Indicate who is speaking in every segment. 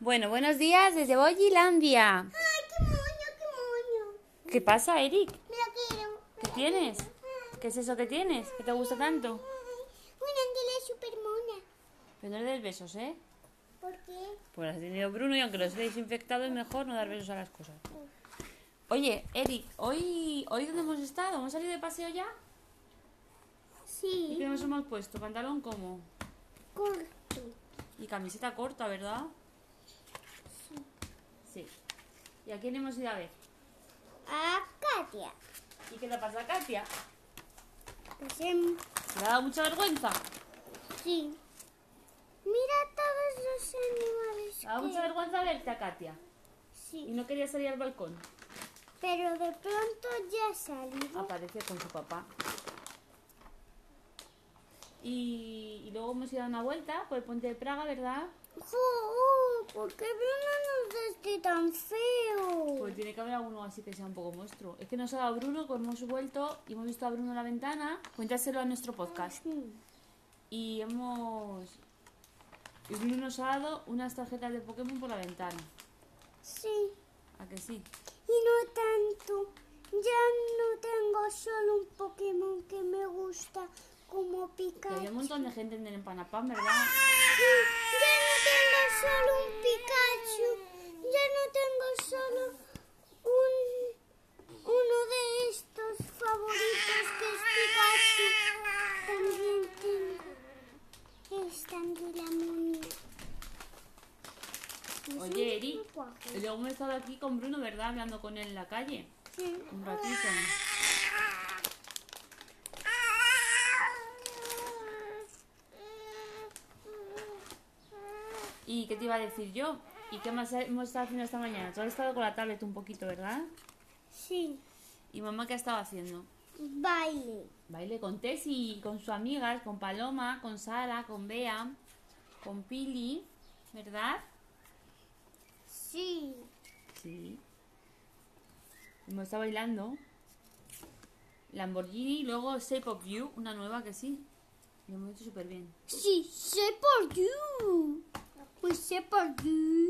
Speaker 1: Bueno, buenos días desde Boyilandia.
Speaker 2: ¡Ay, qué moño, qué moño!
Speaker 1: ¿Qué pasa, Eric?
Speaker 2: Me lo quiero.
Speaker 1: ¿Qué tienes? ¿Qué es eso que tienes? ¿Qué te gusta tanto?
Speaker 2: Una antela super mona.
Speaker 1: Pero no le des besos, ¿eh?
Speaker 2: ¿Por qué?
Speaker 1: Pues has tenido Bruno y aunque los he desinfectado es mejor no dar besos a las cosas. Oye, Eric, ¿hoy, ¿hoy dónde hemos estado? ¿Hemos salido de paseo ya? ¿Y qué
Speaker 2: Sí.
Speaker 1: nos hemos puesto? ¿Pantalón cómo?
Speaker 2: Corto.
Speaker 1: Y camiseta corta, ¿verdad? Sí. ¿Y a quién hemos ido a ver?
Speaker 2: A Katia.
Speaker 1: ¿Y qué le pasa a Katia?
Speaker 2: Pues, em,
Speaker 1: ¿Le ha dado mucha vergüenza?
Speaker 2: sí. Mira todos los animales.
Speaker 1: Le ha dado
Speaker 2: que-
Speaker 1: mucha vergüenza verte a Katia. Y
Speaker 2: Sí.
Speaker 1: no quería salir al balcón.
Speaker 2: Pero de pronto ya salí.
Speaker 1: Aparece con su papá. Y, y luego hemos ido a dar una vuelta por el puente de Praga, ¿verdad?
Speaker 2: ¡Jo! ¿Por qué Bruno nos viste tan
Speaker 1: Porque
Speaker 2: feo?
Speaker 1: Pues tiene que haber alguno así que sea un poco monstruo. Es que nos ha dado Bruno, que hemos vuelto y hemos visto a Bruno en la ventana. Cuéntaselo a nuestro podcast.
Speaker 2: Sí.
Speaker 1: Y hemos. Y Bruno nos ha dado unas tarjetas de Pokémon por la ventana.
Speaker 2: Sí.
Speaker 1: ¿A que sí?
Speaker 2: Y no tanto. Ya no tengo solo un Pokémon que me gusta como
Speaker 1: Que había un
Speaker 2: Pikachu.
Speaker 1: montón de gente en el empanapán, ¿verdad?
Speaker 2: Sí, Ya no tengo solo un Pikachu. Ya no tengo solo un uno de estos favoritos que es Pikachu. También tengo esta de la momia. Es un
Speaker 1: Oye, Eri.
Speaker 2: guapo.
Speaker 1: Y luego hemos estado aquí con Bruno, ¿verdad? Hablando con él en la calle.
Speaker 2: Sí.
Speaker 1: Un ratito. ¿Y qué te iba a decir yo? ¿Y qué más hemos estado haciendo esta mañana? Tú has estado con la tablet un poquito, ¿verdad?
Speaker 2: Sí,
Speaker 1: ¿Y mamá qué ha estado haciendo?
Speaker 2: baile.
Speaker 1: Baile con Tessy, con sus amigas, con Paloma, con Sara, con Bea, con Pili, ¿verdad?
Speaker 2: Sí,
Speaker 1: Sí. Hemos estado bailando. Lamborghini, luego Shape of You, una nueva que sí. Lo hemos hecho súper bien.
Speaker 2: sí, sé por you. Pues sé por you.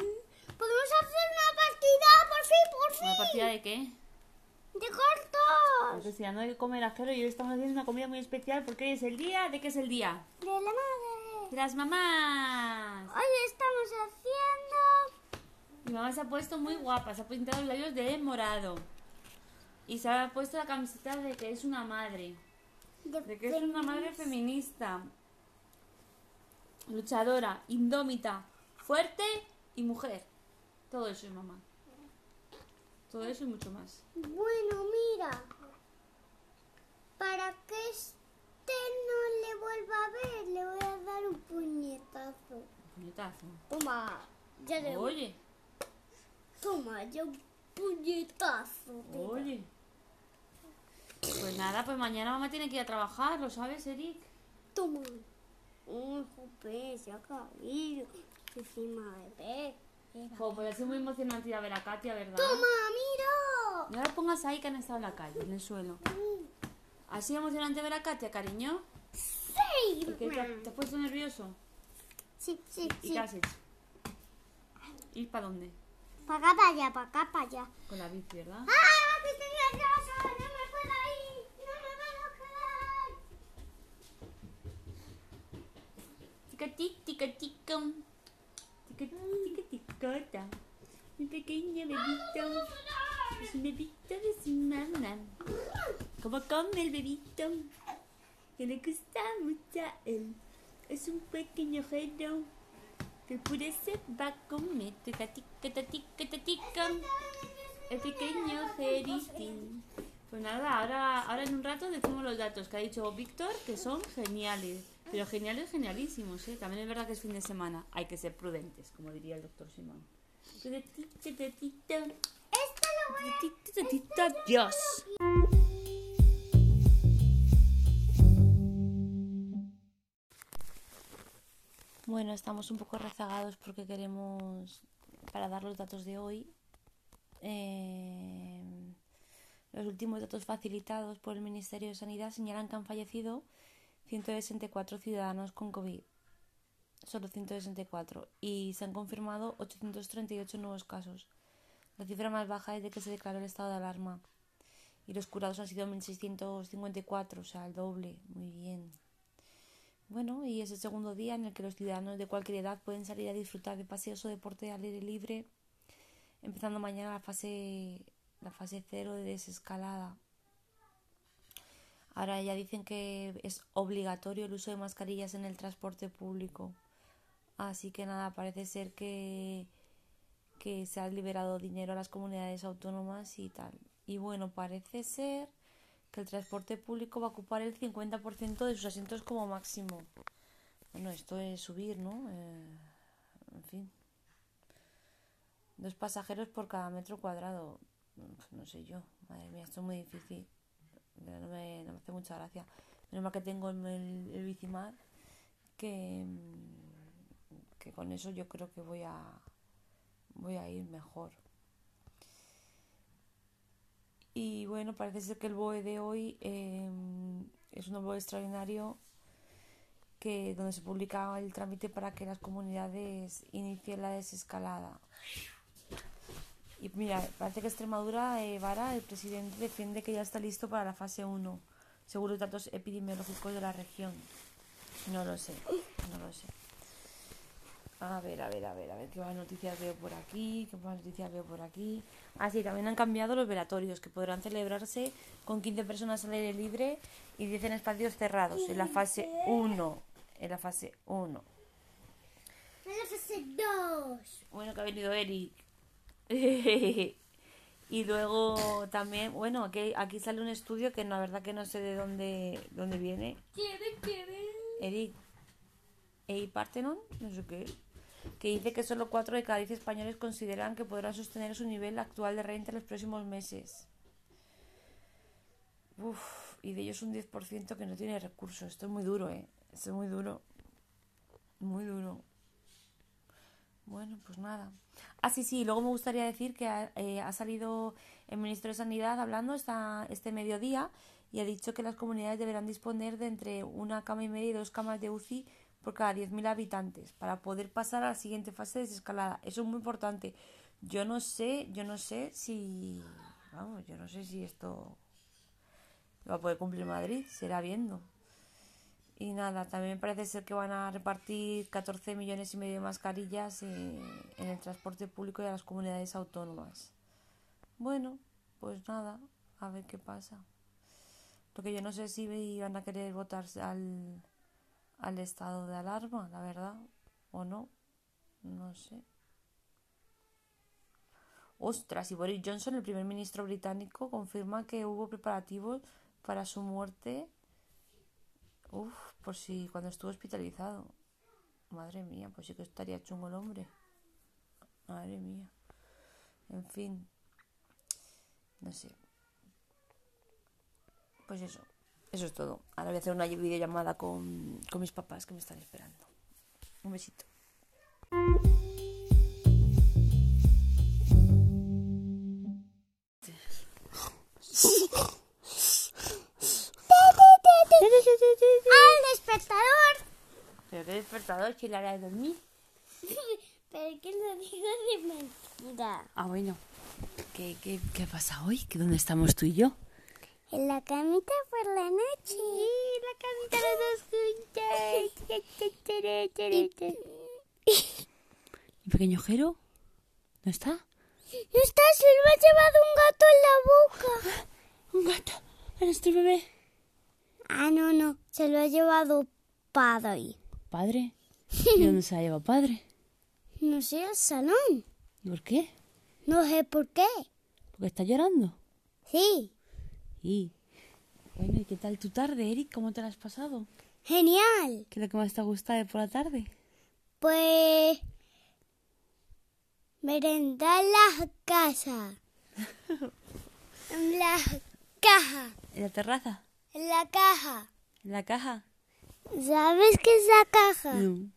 Speaker 2: Podemos hacer una partida, por fin, por
Speaker 1: ¿Una partida
Speaker 2: fin.
Speaker 1: de qué?
Speaker 2: De cortos.
Speaker 1: Entonces, tirando de Pues comer ajero y hoy estamos haciendo una comida muy especial porque hoy es el día. ¿De qué es el día?
Speaker 2: De la madre.
Speaker 1: De las mamás.
Speaker 2: Hoy estamos haciendo.
Speaker 1: Mi mamá se ha puesto muy guapa, se ha pintado los labios de morado. Y se ha puesto la camiseta de que es una madre. De que es una madre feminista. Luchadora, indómita, fuerte y mujer. Todo eso es mamá. Todo eso y mucho más.
Speaker 2: Bueno, mira. Para que este no le vuelva a ver, le voy a dar un puñetazo.
Speaker 1: Puñetazo.
Speaker 2: Toma, ya le
Speaker 1: Oye,
Speaker 2: Toma, ya un puñetazo. te doy.
Speaker 1: oye. Pues nada, pues mañana mamá tiene que ir a trabajar, ¿lo sabes, Eric?
Speaker 2: Toma. Un jope, se ha caído. Encima de pe.
Speaker 1: Jo, pues ha sido muy emocionante ir a ver a Katia, ¿verdad?
Speaker 2: Toma,
Speaker 1: No la pongas ahí que han estado en la calle, en el suelo.
Speaker 2: mira.
Speaker 1: ¿Ha sido emocionante ver a Katia, cariño?
Speaker 2: Sí.
Speaker 1: ¿Y qué te, ha- te has puesto nervioso?
Speaker 2: Sí, sí,
Speaker 1: ¿Y
Speaker 2: sí.
Speaker 1: qué has hecho? ¿Ir para dónde?
Speaker 2: Para acá, para allá, para acá, para allá.
Speaker 1: Con la bici, ¿verdad?
Speaker 2: ¡Ah! ¡Que estoy nerviosa! ¡No me puedo ir! ¡No me puedo quedar!
Speaker 1: Ticatic, ticaticum. Ticatic, ticaticota. Mi pequeña bebito. Es un bebito de su mamá. Como come el bebito. Que le gusta mucho a él. Es un pequeño jero. Que por eso va a comer. Ticatic, ticatic, ticaticum. El pequeño Jeritín. Pues nada, ahora, ahora en un rato decimos los datos que ha dicho Víctor, que son geniales. Pero geniales, genialísimos, ¿eh? También es verdad que es fin de semana. Hay que ser prudentes, como diría el doctor Simón.
Speaker 2: Esto lo voy
Speaker 1: Dios. Bueno, estamos un poco rezagados porque queremos, para dar los datos de hoy, eh, los últimos datos facilitados por el Ministerio de Sanidad señalan que han fallecido 164 ciudadanos con COVID
Speaker 3: solo 164 y se han confirmado 838 nuevos casos. La cifra más baja es de que se declaró el estado de alarma. Y los curados han sido 1.654, o sea, el doble. Muy bien. Bueno, y es el segundo día en el que los ciudadanos de cualquier edad pueden salir a disfrutar de paseos o deporte al aire libre, empezando mañana la fase, la fase cero de desescalada. Ahora ya dicen que es obligatorio el uso de mascarillas en el transporte público. Así que nada, parece ser que, que se ha liberado dinero a las comunidades autónomas y tal. Y bueno, parece ser que el transporte público va a ocupar el 50% de sus asientos como máximo. Bueno, esto es subir, ¿no? Eh, en fin. Dos pasajeros por cada metro cuadrado. Pues no sé yo. Madre mía, esto es muy difícil. No me, no me hace mucha gracia. Menos mal que tengo el, el, el bicimar que, que con eso yo creo que voy a voy a ir mejor. Y bueno, parece ser que el BOE de hoy eh, es un BOE extraordinario que, donde se publica el trámite para que las comunidades inicien la desescalada. Y mira, parece que Extremadura, eh, Vara, el presidente defiende que ya está listo para la fase 1, según los datos epidemiológicos de la región. No lo sé, no lo sé. A ver, a ver, a ver, a ver qué más noticias veo por aquí, qué más noticias veo por aquí. Ah, sí, también han cambiado los velatorios, que podrán celebrarse con 15 personas al aire libre y 10 en espacios cerrados, en la fase 1. En la fase 1.
Speaker 2: En la fase 2.
Speaker 3: Bueno, que ha venido Eric. y luego también, bueno, aquí, aquí sale un estudio que no, la verdad que no sé de dónde, dónde viene. Eric. ¿Y Partenon? No sé qué que dice que solo 4 de cada 10 españoles consideran que podrán sostener su nivel actual de renta en los próximos meses. Uf, y de ellos un 10% que no tiene recursos. Esto es muy duro, ¿eh? Esto es muy duro. Muy duro. Bueno, pues nada. Ah, sí, sí, luego me gustaría decir que ha, eh, ha salido el ministro de Sanidad hablando esta, este mediodía y ha dicho que las comunidades deberán disponer de entre una cama y media y dos camas de UCI por cada 10.000 habitantes para poder pasar a la siguiente fase de desescalada. Eso es muy importante. Yo no sé, yo no sé si, vamos, yo no sé si esto lo va a poder cumplir Madrid, será viendo. Y nada, también parece ser que van a repartir 14 millones y medio de mascarillas eh, en el transporte público y a las comunidades autónomas. Bueno, pues nada, a ver qué pasa. Lo que yo no sé si van a querer votar al, al estado de alarma, la verdad, o no, no sé. Ostras, y Boris Johnson, el primer ministro británico, confirma que hubo preparativos para su muerte, uff, por si cuando estuvo hospitalizado. Madre mía, pues sí que estaría chungo el hombre. Madre mía. En fin, no sé. Pues eso. Eso es todo. Ahora voy a hacer una videollamada con, con mis papás que me están esperando. Un besito.
Speaker 2: ¡Al despertador!
Speaker 3: ¿Pero qué despertador? Si la hora de dormir.
Speaker 2: Pero que lo digo de mentira.
Speaker 3: Ah, bueno. ¿Qué, qué, qué pasa hoy? ¿Que ¿Dónde estamos tú y yo?
Speaker 2: En la camita por la noche.
Speaker 1: la camita los dos juntas.
Speaker 3: ¿Y pequeño Jero? ¿No está?
Speaker 2: No está, se lo ha llevado un gato en la boca.
Speaker 3: Un gato. A nuestro bebé.
Speaker 2: Ah, no, no, se lo ha llevado padre.
Speaker 3: ¿Padre? ¿Y dónde se ha llevado padre?
Speaker 2: No sé, al salón.
Speaker 3: ¿Y por qué?
Speaker 2: No sé por qué.
Speaker 3: ¿Porque está llorando?
Speaker 2: Sí.
Speaker 3: Y bueno, ¿y qué tal tu tarde, Eric? ¿Cómo te la has pasado?
Speaker 2: Genial.
Speaker 3: ¿Qué es lo que más te ha gustado por la tarde?
Speaker 2: Pues merendar las casas. en la caja.
Speaker 3: ¿En la terraza?
Speaker 2: En la caja.
Speaker 3: ¿En la caja?
Speaker 2: ¿Sabes qué es la caja?
Speaker 3: No.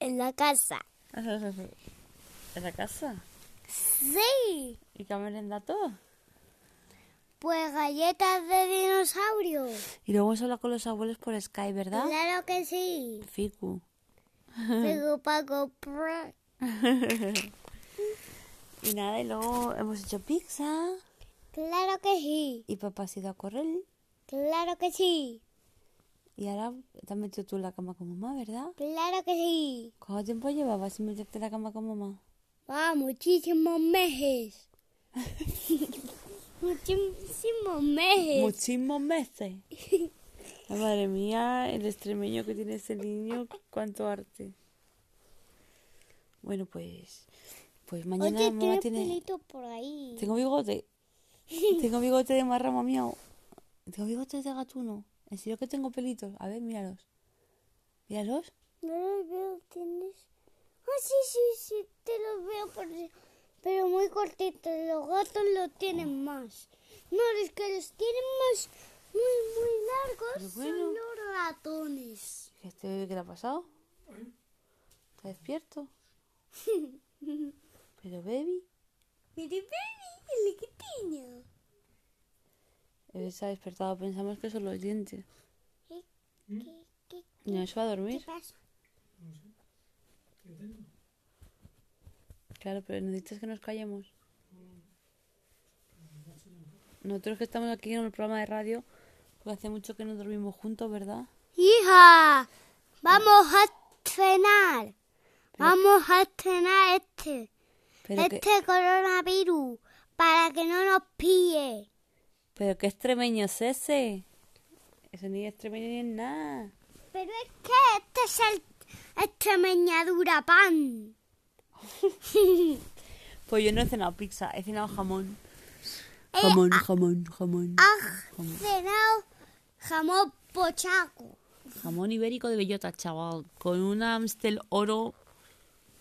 Speaker 2: En la casa.
Speaker 3: ¿En la casa?
Speaker 2: Sí.
Speaker 3: ¿Y qué merenda todo?
Speaker 2: Pues galletas de dinosaurio.
Speaker 3: Y luego hemos hablado con los abuelos por Skype, ¿verdad?
Speaker 2: Claro que sí.
Speaker 3: Ficu.
Speaker 2: pero para comprar.
Speaker 3: Y nada, y luego hemos hecho pizza.
Speaker 2: Claro que sí,
Speaker 3: Y papá se ha ido a correr.
Speaker 2: claro que sí,
Speaker 3: Y ahora te has metido tú en la cama con mamá, ¿verdad?
Speaker 2: claro que sí.
Speaker 3: ¿Cuánto tiempo llevabas sin meterte en la cama con mamá?
Speaker 2: Ah, muchísimos meses. muchísimos meses.
Speaker 3: Muchísimos meses. Ay, madre mía, el extremeño que tiene ese niño, cuánto arte. Bueno, pues. Pues mañana
Speaker 2: Oye, tiene
Speaker 3: mamá tiene.
Speaker 2: pelito por ahí.
Speaker 3: Tengo bigote. Tengo bigote de marramo mío. Tengo bigote de gatuno. En serio que tengo pelitos. A ver, míralos. Míralos.
Speaker 2: No los veo, tienes. Ah, sí, sí, sí, te los veo, por- pero muy cortitos. Los gatos lo tienen más. No, los que los tienen más, muy, muy
Speaker 3: Pero
Speaker 2: largos
Speaker 3: bueno.
Speaker 2: son los ratones.
Speaker 3: ¿Y ¿Este bebé qué le ha pasado? ¿Está despierto? Pero, baby,
Speaker 2: Mire, baby, el pequeño.
Speaker 3: el bebé se ha despertado. Pensamos que son los dientes.
Speaker 2: ¿Qué, ¿Eh? qué, qué,
Speaker 3: No, se va a
Speaker 2: qué
Speaker 3: dormir.
Speaker 2: pasa?
Speaker 3: Claro, pero necesitas que nos callemos. Nosotros que estamos aquí en el programa de radio, porque hace mucho que no dormimos juntos, ¿verdad?
Speaker 2: Hija, vamos a cenar. Vamos a cenar este.
Speaker 3: Pero que,
Speaker 2: este coronavirus para que no nos pille.
Speaker 3: pero qué extremeño es ese. Eso ni es extremeño ni es nada.
Speaker 2: Pero es que este es el extremeñadura pan.
Speaker 3: Pues yo no he cenado pizza, he cenado jamón. Jamón, jamón, jamón.
Speaker 2: Has cenado jamón pochaco.
Speaker 3: Jamón ibérico de bellota, chaval. Con una Amstel oro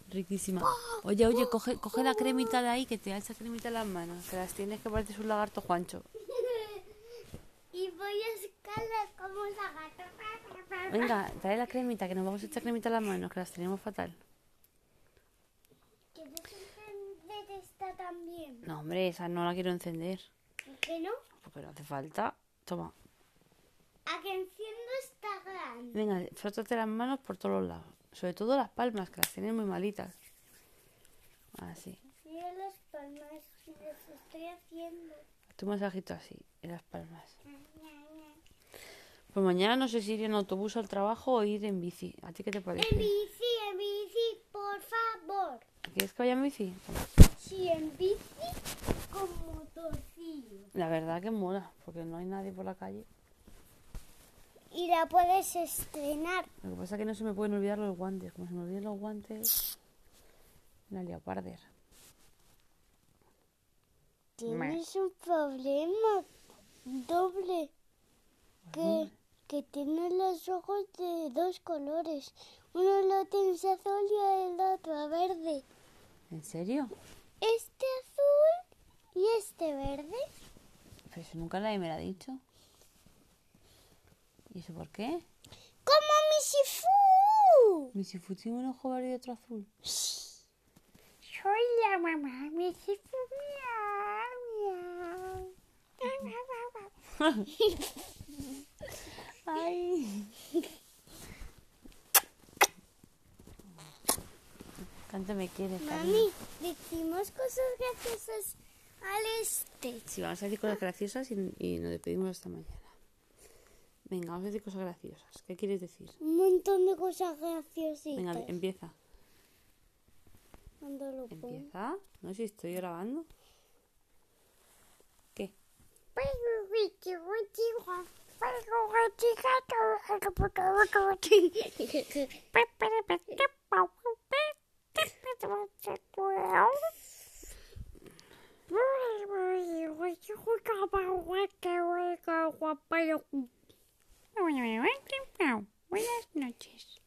Speaker 3: riquísima. Oye, oye, coge, coge la cremita de ahí, que te da esa cremita en las manos. Que las tienes que pareces un lagarto juancho.
Speaker 2: Y voy a sacarle como la gata.
Speaker 3: Venga, trae la cremita, que nos vamos a echar cremita a las manos, que las tenemos fatal.
Speaker 2: Que de esta también.
Speaker 3: No, hombre, esa no la quiero encender,
Speaker 2: ¿Por qué no?
Speaker 3: porque no hace falta. Toma.
Speaker 2: A que enciendo esta grande.
Speaker 3: Venga, frótate las manos por todos los lados. Sobre todo las palmas, que las tienes muy malitas. Así.
Speaker 2: Mira las palmas que las estoy haciendo.
Speaker 3: Tu masajito así, en las palmas. Pues mañana no sé si ir en autobús al trabajo o ir en bici. ¿A ti qué te
Speaker 2: En
Speaker 3: parece?
Speaker 2: bici, en bici, por favor.
Speaker 3: ¿Quieres que vaya en bici?
Speaker 2: Sí, en bici con motorcillo.
Speaker 3: La verdad que mola, porque no hay nadie por la calle.
Speaker 2: Y la puedes estrenar.
Speaker 3: Lo que pasa es que no se me pueden olvidar los guantes. Como se me olviden los guantes. Una leoparder.
Speaker 2: Tienes un problema doble. Que, que tienes los ojos de dos colores. Uno lo tienes azul y el otro verde.
Speaker 3: ¿En serio?
Speaker 2: Este azul y este verde.
Speaker 3: Pero eso nunca nadie me lo ha dicho. ¿Y eso por qué?
Speaker 2: ¡Como mi Sifu!
Speaker 3: Mi Sifu tiene un ojo verde y otro azul.
Speaker 2: Soy la mamá, mi Sifu. Miau, miau.
Speaker 3: ¡Ay! ¿Cuánto me quieres, cariño?
Speaker 2: Mami, decimos cosas graciosas al este.
Speaker 3: Sí, vamos a decir cosas graciosas y, y nos despedimos hasta mañana. Venga, vamos a decir cosas graciosas. ¿Qué quieres decir?
Speaker 2: Un montón de cosas graciositas.
Speaker 3: Venga, em- empieza.
Speaker 2: Cuando lo pongo.
Speaker 3: Empieza. ¿Ah? No sé si estoy grabando. ¿Qué?
Speaker 2: uh,
Speaker 4: Buenas noches.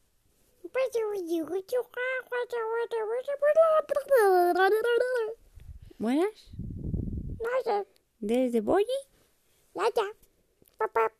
Speaker 3: Buenas. Desde Boyi.
Speaker 2: Lata. Papá.